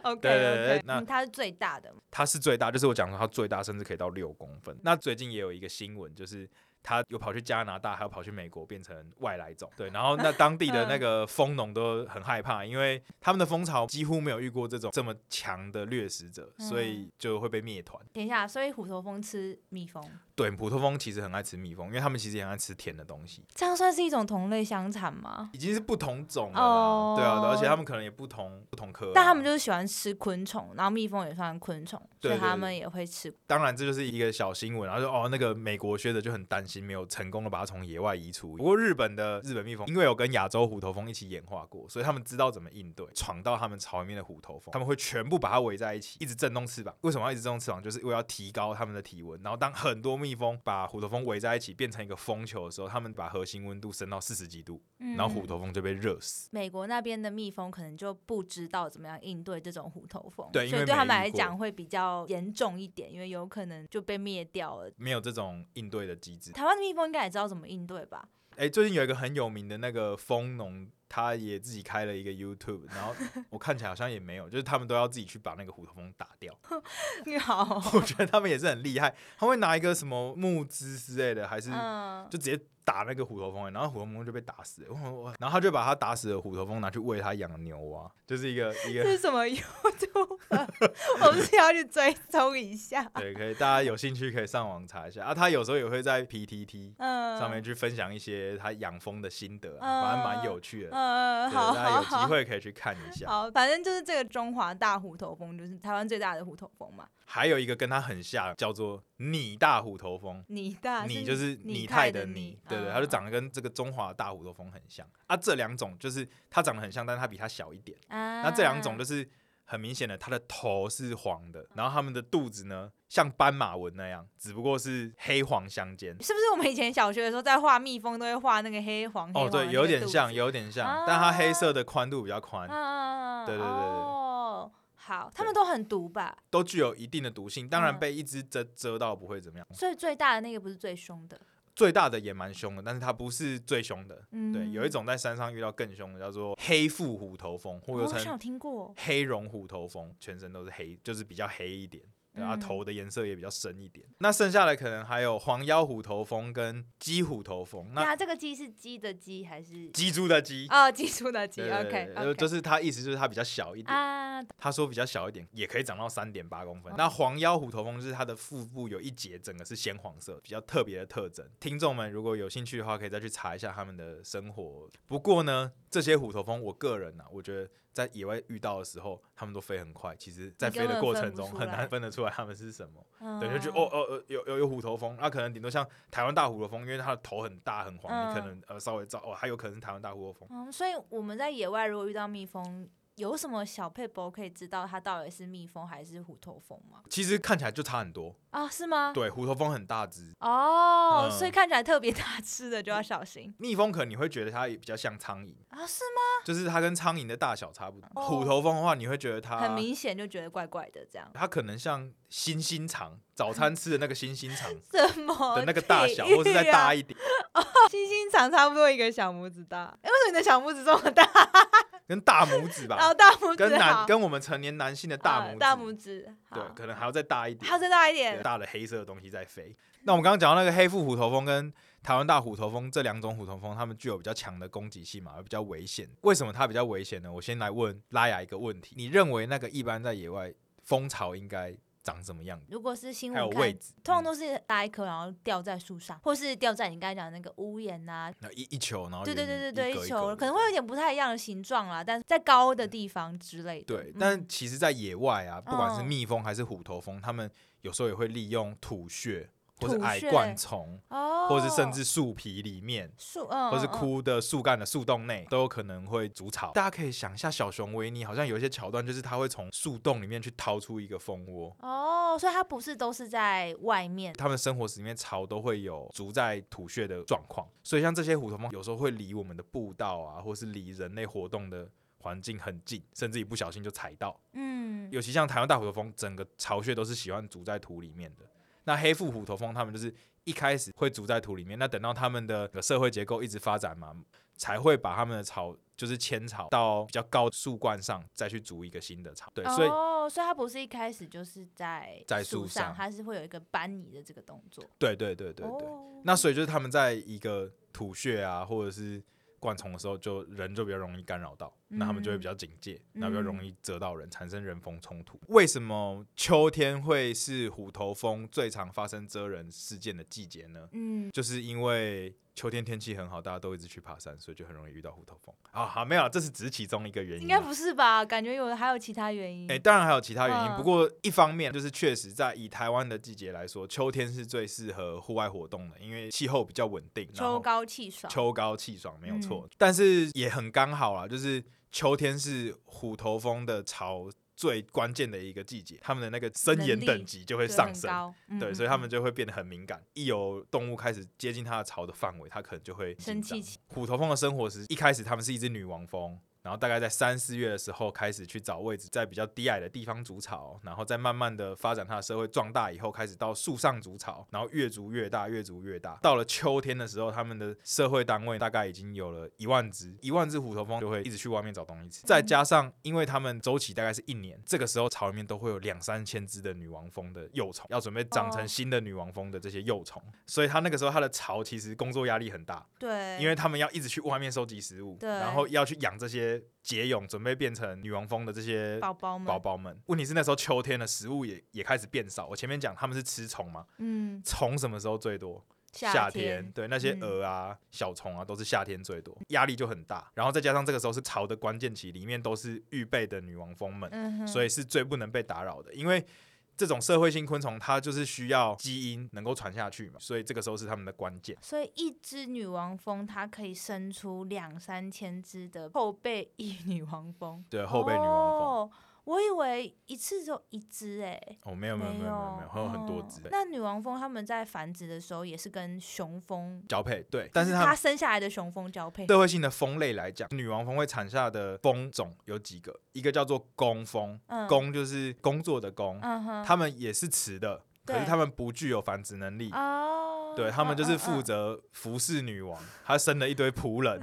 Speaker 1: OK
Speaker 2: 对对对
Speaker 1: OK，
Speaker 2: 那
Speaker 1: 呃嗯，它是最大的嘛，
Speaker 2: 它是最大，就是我讲说它最大，甚至可以到六公分。那最近也有一个新闻，就是它有跑去加拿大，还有跑去美国，变成外来种。对，然后那当地
Speaker 1: 嗯
Speaker 2: 的那个蜂农都很害怕，因为他们的蜂巢几乎没有遇过这种这么强的掠食者，
Speaker 1: 嗯
Speaker 2: 所以就会被灭团。
Speaker 1: 等一下，所以虎头蜂吃蜜蜂，
Speaker 2: 对，普通蜂其实很爱吃蜜蜂，因为他们其实也很爱吃甜的东西，
Speaker 1: 这样算是一种同类相残吗？
Speaker 2: 已经是不同种了啦。
Speaker 1: 哦
Speaker 2: 对啊，对而且他们可能也不同不同科啊、
Speaker 1: 但他们就是喜欢吃昆虫，然后蜜蜂也算昆虫，
Speaker 2: 对
Speaker 1: 所以
Speaker 2: 对
Speaker 1: 他
Speaker 2: 对
Speaker 1: 们也会吃。
Speaker 2: 当然，这就是一个小新闻，然后就哦，那个美国学者就很担心没有成功的把它从野外移除。不过日本的日本蜜蜂因为有跟亚洲虎头蜂一起演化过，所以他们知道怎么应对。闯到他们巢里面的虎头蜂，他们会全部把它围在一起，一直震动翅膀。为什么要一直震动翅膀？就是为了要提高它们的体温。然后当很多蜜蜂把虎头蜂围在一起，变成一个蜂球的时候，它们把核心温度升到四十几度，
Speaker 1: 嗯
Speaker 2: 然后虎头蜂就被热死。
Speaker 1: 美国那边的蜜蜂可能就不知道怎么样应对这种虎头蜂，
Speaker 2: 对因
Speaker 1: 所以
Speaker 2: 为
Speaker 1: 对他
Speaker 2: 没
Speaker 1: 们
Speaker 2: 遇
Speaker 1: 来
Speaker 2: 过
Speaker 1: 讲会比较严重一点，因为有可能就被灭掉了。
Speaker 2: 没有这种应对的机制，
Speaker 1: 台湾的蜜蜂应该也知道怎么应对吧？
Speaker 2: 哎、最近有一个很有名的那个蜂农，他也自己开了一个 YouTube，
Speaker 1: [LAUGHS]
Speaker 2: 然后我看起来好像也没有，就是他们都要自己去把那个虎头蜂打掉。 [LAUGHS]
Speaker 1: 你 [LAUGHS] 好，
Speaker 2: 我觉得他们也是很厉害，他会拿一个什么木枝之类的，还是
Speaker 1: 嗯，
Speaker 2: 就直接打那个虎头蜂、欸，然后虎头蜂就被打死、欸，我我然后他就把他打死的虎头蜂拿去喂他养的牛蛙，就是一个一
Speaker 1: 这
Speaker 2: 个
Speaker 1: 是什么 YouTube？我 [LAUGHS] 们是要去追踪一下。
Speaker 2: 对，可以大家有兴趣可以上网查一下啊。他有时候也会在 PTT
Speaker 1: 嗯，
Speaker 2: 上面去分享一些他养蜂的心得、啊，反正蛮有趣的。
Speaker 1: 嗯，
Speaker 2: 对，
Speaker 1: 好
Speaker 2: 大家
Speaker 1: 好
Speaker 2: 有机
Speaker 1: 好。
Speaker 2: 会可以去看一下。
Speaker 1: 好，反正就是这个中华大虎头蜂，就是台湾最大的虎头蜂嘛。
Speaker 2: 还有一个跟他很像，叫做拟大虎头蜂。
Speaker 1: 你大
Speaker 2: 拟
Speaker 1: 啊你
Speaker 2: 就是
Speaker 1: 拟
Speaker 2: 拟态的
Speaker 1: 拟
Speaker 2: 拟，，对
Speaker 1: 嗯
Speaker 2: 对，它就长得跟这个中华大虎头蜂很像啊。这两种就是它长得很像，但是它比它小一点。
Speaker 1: 啊。
Speaker 2: 那这两种就是是很明显的，它的头是黄的，然后它们的肚子呢像斑马纹那样，只不过是黑黄相间。
Speaker 1: 是不是我们以前小学的时候在画蜜蜂都会画那个黑黄？黑
Speaker 2: 哦，
Speaker 1: 黄的
Speaker 2: 对，
Speaker 1: 那
Speaker 2: 有
Speaker 1: 个
Speaker 2: 点
Speaker 1: 肚
Speaker 2: 像，
Speaker 1: 子
Speaker 2: 有点像
Speaker 1: 啊，
Speaker 2: 但它黑色的宽度比较宽，
Speaker 1: 嗯，
Speaker 2: 对对对对
Speaker 1: 哦，好，他们都很毒吧？
Speaker 2: 都具有一定的毒性。当然
Speaker 1: 嗯
Speaker 2: 被一只蛰蛰到不会怎么样，
Speaker 1: 所以最大的那个不是最凶的。
Speaker 2: 最大的也蛮凶的，但是它不是最凶的。
Speaker 1: 嗯，
Speaker 2: 对，有一种在山上遇到更凶的，叫做黑腹虎头蜂，或
Speaker 1: 哦我
Speaker 2: 又
Speaker 1: 好像有
Speaker 2: 称
Speaker 1: 听过。
Speaker 2: 黑绒虎头蜂，全身都是黑，就是比较黑一点，然后
Speaker 1: 嗯
Speaker 2: 头的颜色也比较深一点。那剩下的可能还有黄腰虎头蜂跟鸡虎头蜂，那
Speaker 1: 那这个鸡是鸡的鸡还是？
Speaker 2: 鸡猪的鸡。
Speaker 1: 哦，鸡出的鸡
Speaker 2: 对对对
Speaker 1: ，OK，
Speaker 2: 对就
Speaker 1: OK，
Speaker 2: 就是它意思就是它比较小一点，
Speaker 1: 啊，
Speaker 2: 他说比较小一点，也可以长到三点八公分。
Speaker 1: 哦
Speaker 2: 那黄腰虎头蜂就是它的腹部有一节整个是鲜黄色，比较特别的特征。听众们如果有兴趣的话，可以再去查一下他们的生活。不过呢，这些虎头蜂，我个人啊，我觉得在野外遇到的时候，它们都飞很快，其实在
Speaker 1: 你
Speaker 2: 飞
Speaker 1: 根
Speaker 2: 的
Speaker 1: 本
Speaker 2: 过
Speaker 1: 分
Speaker 2: 程
Speaker 1: 不
Speaker 2: 中
Speaker 1: 出
Speaker 2: 很
Speaker 1: 来
Speaker 2: 难分得出来它们是什么。对，
Speaker 1: 对
Speaker 2: 就觉得哦，哦哦，有有有虎头蜂，那、可能顶多像台湾大虎头蜂，因为它的头很大很黄，你可
Speaker 1: 嗯
Speaker 2: 能呃稍微照哦，还有可能是台湾大虎头蜂。
Speaker 1: 嗯，所以我们在野外如果遇到蜜蜂，有什么小配博可以知道它到底是蜜蜂还是虎头蜂吗？
Speaker 2: 其实看起来就差很多，
Speaker 1: 啊，是吗？
Speaker 2: 对，虎头蜂很大只，
Speaker 1: 哦，
Speaker 2: 嗯
Speaker 1: 所以看起来特别大只的就要小心
Speaker 2: 蜜蜂可能你会觉得它也比较像苍蝇，
Speaker 1: 啊，是吗？
Speaker 2: 就是它跟苍蝇的大小差不多。
Speaker 1: 哦
Speaker 2: 虎头蜂的话，你会觉得它
Speaker 1: 很明显就觉得怪怪的这样。
Speaker 2: 它可能像星星肠，早餐吃的那个星星
Speaker 1: [LAUGHS]
Speaker 2: 肠
Speaker 1: 什么
Speaker 2: 的那个大小，
Speaker 1: 比喻
Speaker 2: 或是再
Speaker 1: 哦啊 [LAUGHS]
Speaker 2: 大一点，
Speaker 1: 星星长差不多一个小拇指大。哎、为什么你的小拇指这么大？
Speaker 2: 跟大拇
Speaker 1: [LAUGHS]
Speaker 2: 指
Speaker 1: 然后
Speaker 2: 吧，
Speaker 1: 大拇指
Speaker 2: 跟男
Speaker 1: 好
Speaker 2: 跟我们成年男性的大拇
Speaker 1: 哦啊
Speaker 2: 指，
Speaker 1: 大拇指，
Speaker 2: 对，
Speaker 1: 好
Speaker 2: 可能还要再大一点
Speaker 1: 还，要再大一
Speaker 2: 对
Speaker 1: 点。
Speaker 2: 大的黑色的东西在飞。那我们刚刚讲到那个黑腹虎头蜂跟台湾大虎头蜂这两种虎头蜂，它们具有比较强的攻击性嘛，比较危险。为什么它比较危险呢？我先来问拉雅一个问题：你认为那个一般在野外蜂巢应该长什么样子？
Speaker 1: 如果是新
Speaker 2: 还有
Speaker 1: 闻
Speaker 2: 位
Speaker 1: 看，
Speaker 2: 置，嗯
Speaker 1: 通常都是搭一颗，然后吊在树上，或是吊在你刚才讲的那个屋檐啊呐、
Speaker 2: 那一一球，然后
Speaker 1: 对对对对
Speaker 2: 哦圆
Speaker 1: 对，
Speaker 2: 一格
Speaker 1: 一
Speaker 2: 一
Speaker 1: 球
Speaker 2: 格
Speaker 1: 可能会有点不太一样的形状啦，但是在高的地方之类的。
Speaker 2: 对
Speaker 1: 嗯，
Speaker 2: 但其实，在野外啊，不管是
Speaker 1: 嗯
Speaker 2: 蜜蜂还是虎头蜂，它们有时候也会利用土屑或是
Speaker 1: 土
Speaker 2: 矮
Speaker 1: 屑
Speaker 2: 灌虫，
Speaker 1: 哦，
Speaker 2: 或是甚至树皮里面
Speaker 1: 树，嗯，
Speaker 2: 或是
Speaker 1: 嗯，
Speaker 2: 枯的树干的树洞内，都有可能会筑巢。大家可以想一下，小熊维尼好像有一些桥段，就是它会从树洞里面去掏出一个蜂窝。
Speaker 1: 嗯哦，所以它不是都是在外面，
Speaker 2: 它们生活史里面巢都会有筑在土穴的状况，所以像这些虎头蜂有时候会离我们的步道啊，或是离人类活动的环境很近，甚至一不小心就踩到。
Speaker 1: 嗯，
Speaker 2: 尤其像台湾大虎头蜂，整个巢穴都是喜欢筑在土里面的。那黑腹虎头蜂，它们就是一开始会筑在土里面，那等到它们的呃社会结构一直发展嘛，才会把它们的巢就是迁巢到比较高树冠上，再去筑一个新的巢。对，所以
Speaker 1: 哦，所以它不是一开始就是在
Speaker 2: 在
Speaker 1: 树
Speaker 2: 树上
Speaker 1: 它是会有一个搬泥的这个动作。
Speaker 2: 对对对对对。
Speaker 1: 哦
Speaker 2: 那所以就是他们在一个土穴啊，或者是灌丛的时候，就人就比较容易干扰到，
Speaker 1: 嗯
Speaker 2: 那他们就会比较警戒，那比较容易蛰到人，产生人蜂冲突。为什么秋天会是虎头蜂最常发生蛰人事件的季节呢？
Speaker 1: 嗯，
Speaker 2: 就是因为秋天天气很好，大家都一直去爬山，所以就很容易遇到虎头蜂啊。好，没有啦，这是只是其中一个原因啊。
Speaker 1: 应该不是吧？感觉有还有其他原因。
Speaker 2: 哎、当然还有其他原因，
Speaker 1: 嗯
Speaker 2: 不过一方面就是确实在以台湾的季节来说，秋天是最适合户外活动的，因为气候比较稳定，然
Speaker 1: 秋
Speaker 2: 后
Speaker 1: 高气爽。
Speaker 2: 秋高气爽没有错。
Speaker 1: 嗯
Speaker 2: 但是也很刚好啦，就是秋天是虎头蜂的巢最关键的一个季节，它们的那个森
Speaker 1: 能
Speaker 2: 严
Speaker 1: 力
Speaker 2: 等级就会
Speaker 1: 就
Speaker 2: 上
Speaker 1: 很
Speaker 2: 升。
Speaker 1: 高，嗯
Speaker 2: 对，
Speaker 1: 嗯
Speaker 2: 所以它
Speaker 1: 嗯
Speaker 2: 们就会变得很敏感。一有动物开始接近它的巢的范围，它可能就会
Speaker 1: 嗯生
Speaker 2: 紧张
Speaker 1: 气。
Speaker 2: 虎头蜂的生活是一开始它们是一只女王蜂，然后大概在三四月的时候开始去找位置，在比较低矮的地方筑巢，然后再慢慢的发展它的社会壮大以后，开始到树上筑巢，然后越筑越大，越筑越大。到了秋天的时候，他们的社会单位大概已经有了一万只，一万只虎头蜂就会一直去外面找东西吃。再加上，因为它们周期大概是一年，这个时候巢里面都会有两三千只的女王蜂的幼虫，要准备长成
Speaker 1: 哦
Speaker 2: 新的女王蜂的这些幼虫，所以它那个时候它的巢其实工作压力很大。
Speaker 1: 对，
Speaker 2: 因为他们要一直去外面收集食物，
Speaker 1: 对
Speaker 2: 然后要去养这些结蛹，准备变成女王蜂的这些
Speaker 1: 宝宝们，
Speaker 2: 宝宝们。问题是那时候秋天的食物也也开始变少。我前面讲他们是吃虫嘛，
Speaker 1: 嗯，
Speaker 2: 虫什么时候最多？
Speaker 1: 夏
Speaker 2: 天，对那些
Speaker 1: 嗯
Speaker 2: 蛾啊、小虫啊，都是夏天最多，压力就很大。然后再加上这个时候是巢的关键期，里面都是预备的女王蜂们，
Speaker 1: 嗯哼，
Speaker 2: 所以是最不能被打扰的，因为。这种社会性昆虫，它就是需要基因能够传下去嘛，所以这个时候是它们的关键。
Speaker 1: 所以一只女王蜂它可以生出两三千只的后背翼女王蜂，
Speaker 2: 对，后备女王蜂，
Speaker 1: 哦我以为一次只有一只哎、
Speaker 2: 哦，没有没有没有没有没有，还有很多
Speaker 1: 哦
Speaker 2: 只。欸
Speaker 1: 那女王蜂它们在繁殖的时候也是跟雄蜂，
Speaker 2: 交配对，但是
Speaker 1: 就
Speaker 2: 它
Speaker 1: 它
Speaker 2: 们
Speaker 1: 生下来的雄蜂交配。
Speaker 2: 社会性的蜂类来讲，女王蜂会产下的蜂种有几个，一个叫做工蜂，
Speaker 1: 嗯
Speaker 2: 工就是工作的工，
Speaker 1: 嗯哼，
Speaker 2: 它们也是雌的，可是
Speaker 1: 对
Speaker 2: 它们不具有繁殖能力，
Speaker 1: 哦，
Speaker 2: 对它们就是负
Speaker 1: 责
Speaker 2: 责服侍女王，她生了一堆仆
Speaker 1: [LAUGHS]
Speaker 2: 人，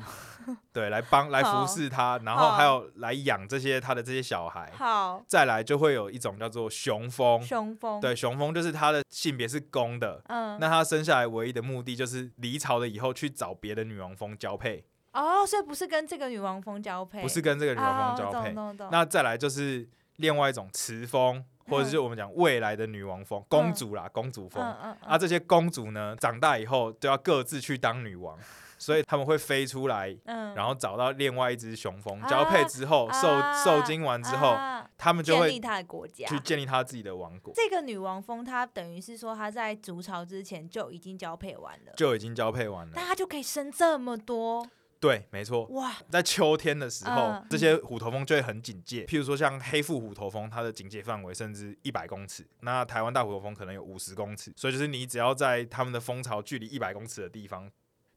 Speaker 2: 对，来帮来服
Speaker 1: 好
Speaker 2: 侍她，然后还
Speaker 1: 好
Speaker 2: 有来养这些她的这些小
Speaker 1: 嗯
Speaker 2: 孩。
Speaker 1: 好
Speaker 2: 再来就会有一种叫做雄蜂，
Speaker 1: 雄蜂，，
Speaker 2: 对，雄蜂就是它的性别是公的，
Speaker 1: 嗯，
Speaker 2: 那他生下来唯一的目的就是离巢了以后去找别的女王蜂交配，
Speaker 1: 哦，所以不是跟这个女王蜂交配，
Speaker 2: 不是跟这个
Speaker 1: 跟
Speaker 2: 女王蜂交配。
Speaker 1: 啊懂懂懂。
Speaker 2: 那再来就是另外一种雌蜂，或者是我们讲未来的女王蜂，公主啦，公主蜂。
Speaker 1: 嗯嗯嗯
Speaker 2: 啊，这些公主呢，长大以后都要各自去当女
Speaker 1: [LAUGHS]
Speaker 2: 王，所以他们会飞出来，
Speaker 1: 嗯，
Speaker 2: 然后找到另外一只雄蜂
Speaker 1: 啊
Speaker 2: 交配之后，
Speaker 1: 啊
Speaker 2: 受受精完之后，
Speaker 1: 啊
Speaker 2: 他们就
Speaker 1: 建
Speaker 2: 会
Speaker 1: 立它的国家。
Speaker 2: 去建立他自己的王国。
Speaker 1: 这个女王蜂，它等于是说它在筑巢之前就已经交配完了，
Speaker 2: 就已经交配完了
Speaker 1: 但，它就可以生这么多，
Speaker 2: 对，没错，
Speaker 1: 哇！
Speaker 2: 在秋天的时候，
Speaker 1: 嗯
Speaker 2: 这些虎头蜂就会很警戒。譬如说，像黑腹虎头蜂，它的警戒范围甚至一百公尺，那台湾大虎头蜂可能有五十公尺，所以就是你只要在它们的蜂巢距离一百公尺的地方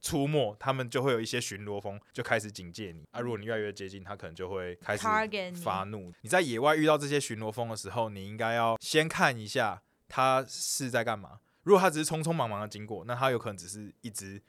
Speaker 2: 出没，它们就会有一些巡逻蜂就开始警戒你。啊，如果你越来越接近，它可能就会开始
Speaker 1: Target 你
Speaker 2: 发怒。你在野外遇到这些巡逻蜂的时候，你应该要先看一下它是在干嘛。如果它只是匆匆忙忙的经过，那它有可能只是一只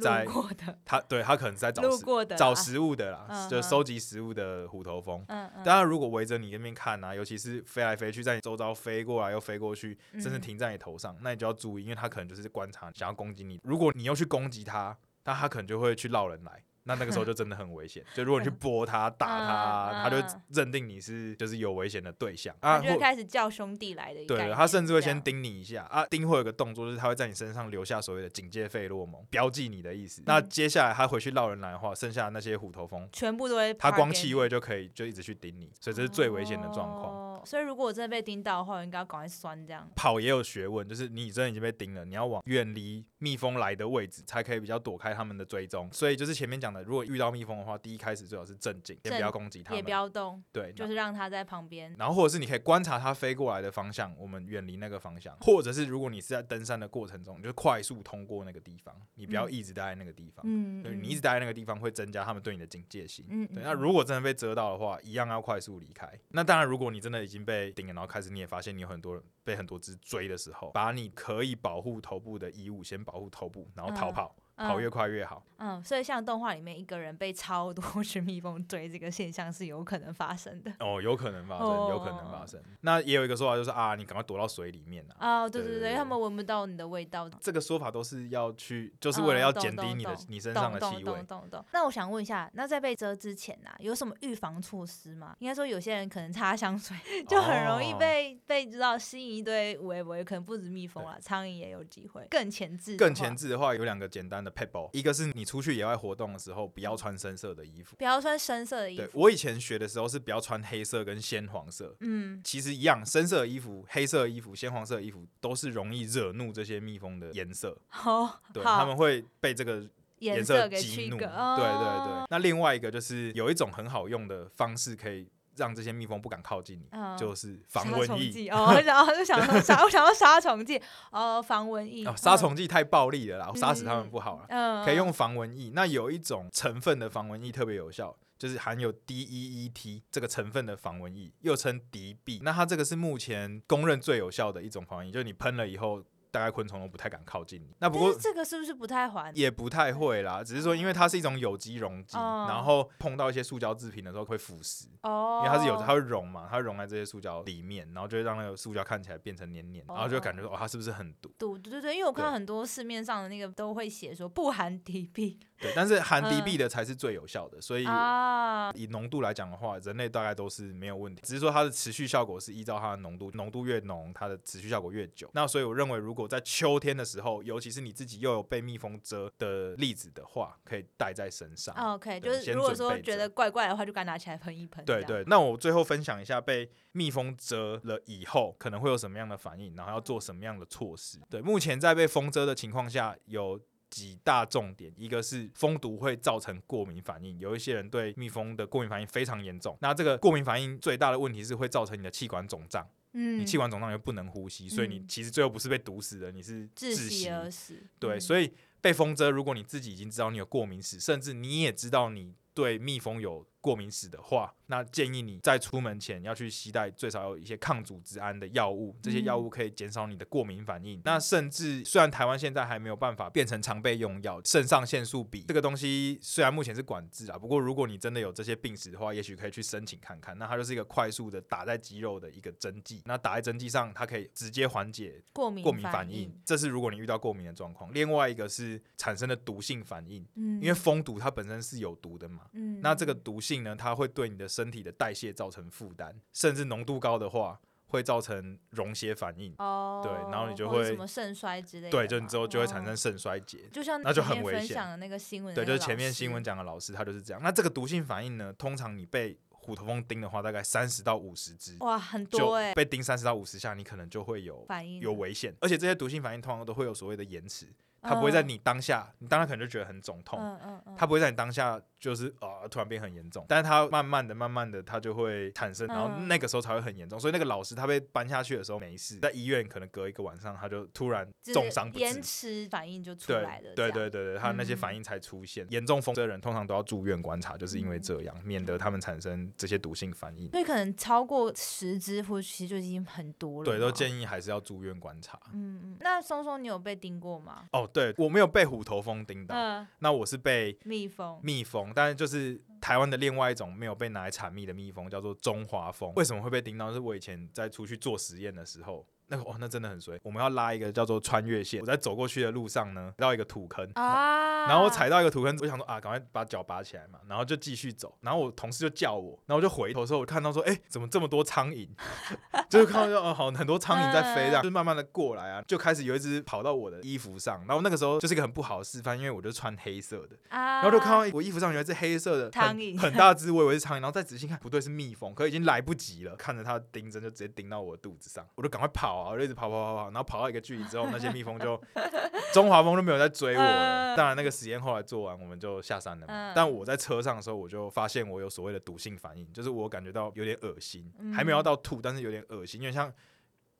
Speaker 2: 在
Speaker 1: 路过的，
Speaker 2: 它对它可能是在找
Speaker 1: 路
Speaker 2: 食
Speaker 1: 过的啦啊
Speaker 2: 找，食物的啦，
Speaker 1: 嗯
Speaker 2: 就
Speaker 1: 嗯
Speaker 2: 收集食物的虎头蜂。
Speaker 1: 嗯嗯，
Speaker 2: 当然，如果围着你那边看啊，尤其是飞来飞去，在你周遭飞过来又飞过去，甚至
Speaker 1: 嗯
Speaker 2: 停在你头上，那你就要注意，因为它可能就是观察，想要攻击你。如果你又去攻击它，那它可能就会去绕人来。那那个时候就真的很危险。就如果你去拨它、打它，它就
Speaker 1: 嗯嗯
Speaker 2: 认定你是就是有危险的对象
Speaker 1: 它
Speaker 2: 啊。
Speaker 1: 就会
Speaker 2: 或
Speaker 1: 开始叫兄弟来的一个概
Speaker 2: 对，
Speaker 1: 念，
Speaker 2: 它甚至会
Speaker 1: 这样
Speaker 2: 先叮你一下啊，叮会有个动作，就是它会在你身上留下所谓的警戒费洛蒙，标记你的意思。那
Speaker 1: 嗯
Speaker 2: 接下来它回去绕人来的话，剩下的那些虎头蜂
Speaker 1: 全部都会 target 你，哦
Speaker 2: 它光气味就可以就一直去叮你，所以这是最危险的状况。
Speaker 1: 况。所以如果我真的被叮到的话，我应该要赶快酸这样。
Speaker 2: 跑也有学问，就是你真的已经被叮了，你要往远离蜜蜂来的位置，才可以比较躲开它们的追踪。所以就是前面讲的，如果遇到蜜蜂的话，第一开始最好是镇静，
Speaker 1: 镇
Speaker 2: 先不要攻击它
Speaker 1: 也
Speaker 2: 们
Speaker 1: 不。要动，
Speaker 2: 对，
Speaker 1: 就是让它在旁边。
Speaker 2: 然后或者是你可以观察它飞过来的方向，我们远离那个方向。或者是如果你是在登山的过程中，你就快速通过那个地方，你不要
Speaker 1: 嗯
Speaker 2: 一直待在那个地方。
Speaker 1: 嗯
Speaker 2: 对你一直待在那个地方，会增加他们对你的警戒心。
Speaker 1: 嗯
Speaker 2: 对，
Speaker 1: 嗯
Speaker 2: 那如果真的被蛰到的话，一样要快速离开。那当然，如果你真的已经被叮了，然后开始你也发现你有很多人被很多只追的时候，把你可以保护头部的衣物先保护头部，然后逃
Speaker 1: 嗯
Speaker 2: 跑，
Speaker 1: 嗯
Speaker 2: 跑越快越好。
Speaker 1: 嗯，所以像动画里面一个人被超多 [LAUGHS] 只蜜蜂追，这个现象是有可能发生的。
Speaker 2: 哦，有可能发生，有可能发
Speaker 1: 哦
Speaker 2: 生。那也有一个说法就是啊，你赶快躲到水里面啊。
Speaker 1: 哦，对
Speaker 2: 对
Speaker 1: 对
Speaker 2: 对
Speaker 1: 对，
Speaker 2: 对
Speaker 1: 他们闻不到你的味道，
Speaker 2: 这个说法都是要去，就是为了
Speaker 1: 嗯
Speaker 2: 要
Speaker 1: 懂
Speaker 2: 减低
Speaker 1: 懂
Speaker 2: 你的
Speaker 1: 懂
Speaker 2: 你身上
Speaker 1: 懂
Speaker 2: 的
Speaker 1: 懂
Speaker 2: 气
Speaker 1: 懂
Speaker 2: 味。
Speaker 1: 懂懂。那我想问一下，那在被蛰之前啊，有什么预防措施吗？应该说有些人可能擦香水 [LAUGHS] 就很容易
Speaker 2: 哦
Speaker 1: 被、被知道吸引一堆无微可能不止蜜蜂啦，苍蝇也有机会。更前置，
Speaker 2: 更前，置的话，有两个简单的 pebble，一个是你出去野外活动的时候不要穿深色的衣服。
Speaker 1: 不要穿深色的衣
Speaker 2: 对
Speaker 1: 服。
Speaker 2: 我以前学的时候是不要穿黑色跟鲜黄色，
Speaker 1: 嗯，
Speaker 2: 其实一样，深色的衣服、黑色的衣服、鲜黄色的衣服都是容易惹怒这些蜜蜂的颜色，
Speaker 1: 好，
Speaker 2: 对，
Speaker 1: 好
Speaker 2: 他们会被这个颜
Speaker 1: 颜色给哦
Speaker 2: 激
Speaker 1: 驱
Speaker 2: 怒。
Speaker 1: 隔
Speaker 2: 对对对。那另外一个就是有一种很好用的方式，可以让这些蜜蜂不敢靠近你，
Speaker 1: 嗯
Speaker 2: 就是防
Speaker 1: 杀
Speaker 2: 蚊
Speaker 1: 虫
Speaker 2: 液。
Speaker 1: 剂哦，然后就想到
Speaker 2: [LAUGHS]
Speaker 1: 杀，我想到杀虫剂哦，防蚊液
Speaker 2: 哦，杀，虫剂太暴力了啦，杀死它们不好啦。
Speaker 1: 嗯，嗯
Speaker 2: 可以用防蚊液。那有一种成分的防蚊液特别有效，就是含有 DEET 这个成分的防蚊液，又称敌避。那它这个是目前公认最有效的一种防蚊液，就是你喷了以后，大概昆虫都不太敢靠近你。那不
Speaker 1: 但
Speaker 2: 过
Speaker 1: 是这个是不是不太环？
Speaker 2: 也不太会啦，只是说因为它是一种有机溶剂，
Speaker 1: 哦
Speaker 2: 然后碰到一些塑胶制品的时候会腐蚀，
Speaker 1: 哦
Speaker 2: 因，为它是有它会溶嘛，它会溶在这些塑胶里面，然后就会让那个塑胶看起来变成黏黏，然后就会感觉说哦，它是不是很毒？
Speaker 1: 毒，对对对，因为我看到
Speaker 2: 对
Speaker 1: 很多市面上的那个都会写说不含敌避
Speaker 2: [LAUGHS] 对，但是含
Speaker 1: 嗯
Speaker 2: DB 的才是最有效的，所以
Speaker 1: 啊，
Speaker 2: 以浓度来讲的话，人类大概都是没有问题，只是说它的持续效果是依照它的浓度，浓度越浓，它的持续效果越久。那所以我认为，如果在秋天的时候，尤其是你自己又有被蜜蜂蛰的例子的话，可以带在身上。
Speaker 1: OK，
Speaker 2: 对
Speaker 1: 就是
Speaker 2: 先
Speaker 1: 如果
Speaker 2: 准
Speaker 1: 说
Speaker 2: 备
Speaker 1: 觉
Speaker 2: 着
Speaker 1: 得怪怪的话，就该拿起来喷一喷。
Speaker 2: 对，对，那我最后分享一下被蜜蜂蛰了以后可能会有什么样的反应，然
Speaker 1: 嗯
Speaker 2: 后要做什么样的措施。对，目前在被蜂蛰的情况下有。几大重点，一个是蜂毒会造成过敏反应，有一些人对蜜蜂的过敏反应非常严重。那这个过敏反应最大的问题是会造成你的气管肿胀，
Speaker 1: 嗯，
Speaker 2: 你气管肿胀又不能呼吸，所以你
Speaker 1: 嗯
Speaker 2: 其实最后不是被毒死的，你是
Speaker 1: 窒
Speaker 2: 窒
Speaker 1: 息
Speaker 2: 息
Speaker 1: 而死。
Speaker 2: 对，
Speaker 1: 嗯
Speaker 2: 所以被蜂蛰，如果你自己已经知道你有过敏史，甚至你也知道你对蜜蜂有过敏史的话，那建议你在出门前要去携带最少有一些抗组织胺的药物，这些药物可以减少你的过敏反应。那甚至虽然台湾现在还没有办法变成常备用药，肾上腺素比这个东西虽然目前是管制啊，不过如果你真的有这些病史的话，也许可以去申请看看。那它就是一个快速的打在肌肉的一个针剂，那打在针剂上，它可以直接缓解
Speaker 1: 过敏
Speaker 2: 过敏反
Speaker 1: 反
Speaker 2: 应，，这是如果你遇到过敏的状况。另外一个是产生的毒性反应，
Speaker 1: 嗯，
Speaker 2: 因为蜂毒它本身是有毒的嘛，
Speaker 1: 嗯，
Speaker 2: 那这个毒性呢，它会对你的身体的代谢造成负担，甚至浓度高的话会造成溶血反应，
Speaker 1: 哦，
Speaker 2: 对然后你就
Speaker 1: 或者
Speaker 2: 会
Speaker 1: 什么肾衰之类的嘛，
Speaker 2: 对，就你之后就会产
Speaker 1: 哦
Speaker 2: 生，肾衰竭。
Speaker 1: 就像
Speaker 2: 那就
Speaker 1: 前
Speaker 2: 很
Speaker 1: 面
Speaker 2: 危
Speaker 1: 分
Speaker 2: 险
Speaker 1: 享的那个新闻的那
Speaker 2: 对，就
Speaker 1: 个老师，
Speaker 2: 是前面新闻讲的老师，他就是这样。那这个毒性反应呢，通常你被虎头蜂叮的话，大概三十到五十只，
Speaker 1: 哇，很
Speaker 2: 就
Speaker 1: 多哎，
Speaker 2: 被叮三十到五十下，你可能就会有
Speaker 1: 反应
Speaker 2: 有
Speaker 1: 了
Speaker 2: 危险，而且这些毒性反应通常都会有所谓的延迟，它不会在
Speaker 1: 嗯
Speaker 2: 你当下，你当下可能就觉得很肿痛，
Speaker 1: 嗯嗯嗯，
Speaker 2: 它不会在你当下就是呃突然变很严重，但是它慢慢的、慢慢的，它就会产生，然后
Speaker 1: 嗯
Speaker 2: 那个时候才会很严重。所以那个老师他被搬下去的时候没事，在医院可能隔一个晚上他就突然
Speaker 1: 就是
Speaker 2: 重伤不治
Speaker 1: 延。迟反应就出
Speaker 2: 对
Speaker 1: 来了，
Speaker 2: 对
Speaker 1: 这样嗯
Speaker 2: 对对对，他那些反应才出现。严重风的人通常都要住院观察，就是因为这样，免得他们产生这些毒性反应。
Speaker 1: 所以可能超过十只，或其实就已经很多了嘛。
Speaker 2: 对，都建议还是要住院观察。
Speaker 1: 嗯嗯。那松松，你有被叮过吗？
Speaker 2: 哦，对，我没有被虎头蜂叮到，
Speaker 1: 嗯，
Speaker 2: 那我是被
Speaker 1: 蜜蜂。
Speaker 2: 蜜蜂，但是就是台湾的另外一种没有被拿来产蜜的蜜蜂，叫做中华蜂。为什么会被叮到？是我以前在出去做实验的时候。那个哦，那真的很衰。我们要拉一个叫做穿越线，我在走过去的路上呢，到一个土坑，
Speaker 1: 啊！
Speaker 2: 然后我踩到一个土坑，我想说啊，赶快把脚拔起来嘛，然后就继续走。然后我同事就叫我，然后我就回头的时候，我看到说，哎、怎么这么多苍蝇？就是看到哦，好很多苍蝇在飞，这样就慢慢的过来啊，就开始有一只跑到我的衣服上。然后那个时候就是一个很不好的示范，因为我就穿黑色的，
Speaker 1: 啊，
Speaker 2: 然后就看到我衣服上有一只黑色的很
Speaker 1: 苍蝇
Speaker 2: 很大只，我以为是苍蝇，然后再仔细看，不对，是蜜蜂，可已经来不及了。看着它叮针就直接叮到我的肚子上，我就赶快跑啊，我就一直跑跑跑跑，然后跑到一个距离之后，那些蜜
Speaker 1: [LAUGHS]
Speaker 2: 蜂就中华蜂就没有再追我了。
Speaker 1: 嗯
Speaker 2: 当然，那个实验后来做完，我们就下山了嘛
Speaker 1: 嗯。
Speaker 2: 但我在车上的时候，我就发现我有所谓的毒性反应，就是我感觉到有点恶心，还
Speaker 1: 嗯
Speaker 2: 没有到吐，但是有点恶心，因为像。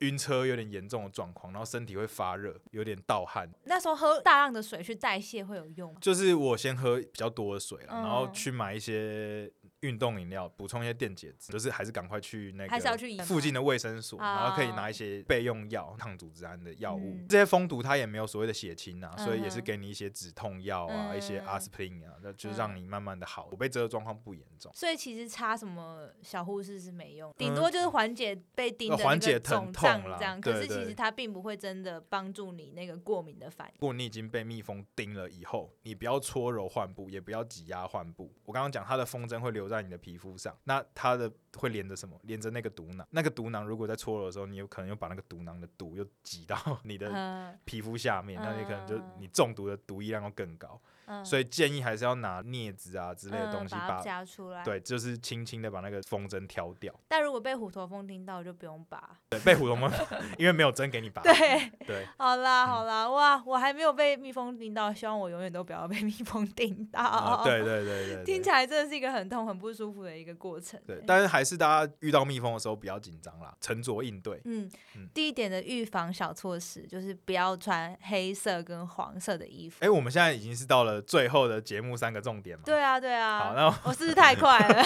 Speaker 2: 晕车有点严重的状况，然后身体会发热，有点盗汗，
Speaker 1: 那时候喝大量的水去代谢会有用吗？
Speaker 2: 就是我先喝比较多的水
Speaker 1: 哦
Speaker 2: 了，
Speaker 1: 嗯
Speaker 2: 然后去买一些运动饮料，补充一些电解质，就是还是赶快去那
Speaker 1: 还是要
Speaker 2: 个
Speaker 1: 去饮
Speaker 2: 附近的卫生所，
Speaker 1: 啊
Speaker 2: 然后可以拿一些备用药、抗组织胺的药物。
Speaker 1: 嗯
Speaker 2: 这些蜂毒它也没有所谓的血清啊，
Speaker 1: 嗯哼
Speaker 2: 所以也是给你一些止痛药啊、
Speaker 1: 嗯
Speaker 2: 一些阿司匹林啊，那就是让你慢慢的好。我被蛰的状况不严重。
Speaker 1: 所以其实擦什么小护士是没用，
Speaker 2: 嗯呃
Speaker 1: 顶多就是缓解被叮的那
Speaker 2: 缓解
Speaker 1: 个
Speaker 2: 疼
Speaker 1: 肿
Speaker 2: 痛啦
Speaker 1: 胀这样。
Speaker 2: 对
Speaker 1: 可是其
Speaker 2: 对
Speaker 1: 实它并不会真的帮助你那个过敏的反
Speaker 2: 如果你已经被蜜蜂叮了以后，你不要搓揉患部，也不要挤压患部。我刚刚讲它的风筝会留在你的皮肤上，那它的会连着什么？连着那个毒囊。那个毒囊如果在搓揉的时候，你有可能又把那个毒囊的毒又挤到你
Speaker 1: 应。
Speaker 2: 的
Speaker 1: 嗯
Speaker 2: 皮肤下面，那你可能就
Speaker 1: 嗯
Speaker 2: 你中毒的毒液量又更高。
Speaker 1: 嗯，
Speaker 2: 所以建议还是要拿镊子啊之类的
Speaker 1: 嗯
Speaker 2: 东西
Speaker 1: 把
Speaker 2: 把
Speaker 1: 它。夹出来。
Speaker 2: 对，就是轻轻的把那个风筝挑掉。
Speaker 1: 但如果被虎头蜂叮到，就不用拔。
Speaker 2: 对，被虎头蜂 [LAUGHS] 因为没有针给你拔。
Speaker 1: [LAUGHS] 对，
Speaker 2: 对，
Speaker 1: 好啦
Speaker 2: 嗯
Speaker 1: 好啦，哇，我还没有被蜜蜂叮到，希望我永远都不要被蜜蜂叮到。
Speaker 2: 啊，对对对对对。
Speaker 1: 听起来真的是一个很痛、很不舒服的一个过程。欸
Speaker 2: 对，但是还是大家遇到蜜蜂的时候比较紧张啦，沉着应对。
Speaker 1: 嗯
Speaker 2: 嗯，
Speaker 1: 第一点的预防小措施就是不要穿黑色跟黄色的衣服。
Speaker 2: 哎、我们现在已经是到了的最后的节目三个重点嘛。
Speaker 1: 对啊，对
Speaker 2: 好，
Speaker 1: [LAUGHS] 啊。
Speaker 2: 那
Speaker 1: 我是不是太快
Speaker 2: [LAUGHS]
Speaker 1: 了？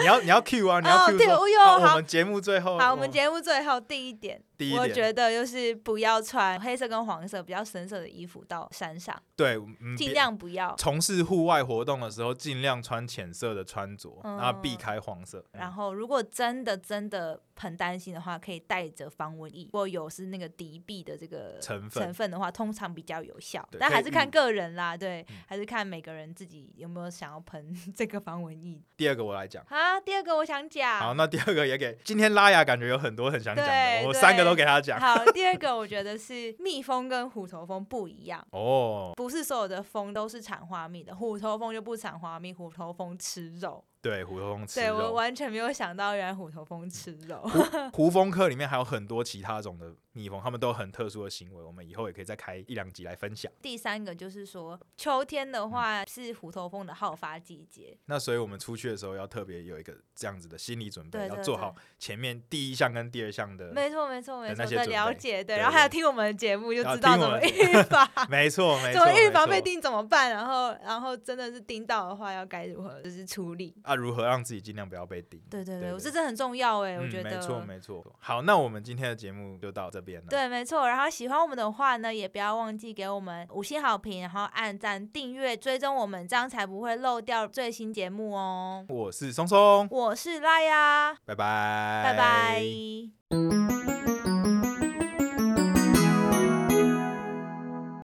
Speaker 2: 你要你要 Q 啊，你
Speaker 1: 哦
Speaker 2: 要 Q
Speaker 1: 对
Speaker 2: 说
Speaker 1: 哦哟
Speaker 2: 好我
Speaker 1: 好
Speaker 2: 们节目最后，
Speaker 1: 好，我们
Speaker 2: 节
Speaker 1: 节目最后第一点，
Speaker 2: 第一
Speaker 1: 我
Speaker 2: 点，
Speaker 1: 觉得就是不要穿黑色跟黄色比较深色的衣服到山上，
Speaker 2: 对，嗯
Speaker 1: 尽
Speaker 2: 别
Speaker 1: 量不要。
Speaker 2: 从事户外活动的时候，尽量穿浅色的穿着，
Speaker 1: 嗯
Speaker 2: 然后避开黄色。嗯
Speaker 1: 然后，如果真的真的很担心的话，可以带着防蚊液。如果有是那个敌避的这个
Speaker 2: 成分
Speaker 1: 的话，通常比较有效
Speaker 2: 对，
Speaker 1: 但
Speaker 2: 可以
Speaker 1: 还是看
Speaker 2: 预
Speaker 1: 个人啦，对
Speaker 2: 嗯，
Speaker 1: 还是看每个人自己有没有想要喷 [LAUGHS] 这个防蚊液
Speaker 2: 第二个我来讲。
Speaker 1: 啊。第二个我想
Speaker 2: 好，
Speaker 1: 讲，
Speaker 2: 那第二个也给今天拉雅，感觉有很多很想讲的，
Speaker 1: 对
Speaker 2: 我
Speaker 1: 对
Speaker 2: 三个都给他讲。
Speaker 1: 好，第二个我觉得是蜜蜂跟虎头蜂不一样。
Speaker 2: 哦，
Speaker 1: 不是所有的蜂都是产花蜜的，虎头蜂就不产花蜜，虎头蜂吃肉。
Speaker 2: 对，胡蜂吃
Speaker 1: 对我
Speaker 2: 肉，
Speaker 1: 完全没有想到，原来虎头蜂吃肉。
Speaker 2: [LAUGHS] 胡蜂科里面还有很多其他种的蜜蜂，它们都有很特殊的行为，我们以后也可以再开一两集来分享。
Speaker 1: 第三个就是说，秋天的
Speaker 2: 嗯
Speaker 1: 话是虎头蜂的好发季节，
Speaker 2: 那所以我们出去的时候要特别有一个这样子的心理准备，
Speaker 1: 对
Speaker 2: 要
Speaker 1: 对
Speaker 2: 做
Speaker 1: 对
Speaker 2: 好前面第一项跟第二项的。
Speaker 1: 没错没错没
Speaker 2: 那
Speaker 1: 错
Speaker 2: 些
Speaker 1: 的
Speaker 2: 准
Speaker 1: 了
Speaker 2: 备
Speaker 1: 解，
Speaker 2: 对
Speaker 1: 对，然后还有
Speaker 2: 对
Speaker 1: 听我们的节目就
Speaker 2: 然后
Speaker 1: 知道
Speaker 2: 听
Speaker 1: 怎
Speaker 2: 我
Speaker 1: 么
Speaker 2: 们
Speaker 1: 预防，
Speaker 2: 没错， [LAUGHS] 没
Speaker 1: 怎
Speaker 2: 错，
Speaker 1: 么预
Speaker 2: 没
Speaker 1: 防被
Speaker 2: 错
Speaker 1: 叮怎么办，然后然后真的是叮到的话要该如何就是处理。
Speaker 2: 啊？如何让自己尽量不要被叮？
Speaker 1: 对对
Speaker 2: 对
Speaker 1: 对，我
Speaker 2: 对
Speaker 1: 这真的很重要哎，
Speaker 2: 嗯，
Speaker 1: 我觉得
Speaker 2: 没错没错。好，那我们今天的节目就到这边了。，
Speaker 1: 对，没错。然后喜欢我们的话呢，也不要忘记给我们五星好评，然后按赞、订阅、追踪我们，这样才不会漏掉最新节目哦。
Speaker 2: 我是松松，
Speaker 1: 我是拉呀，
Speaker 2: 拜拜，
Speaker 1: 拜拜。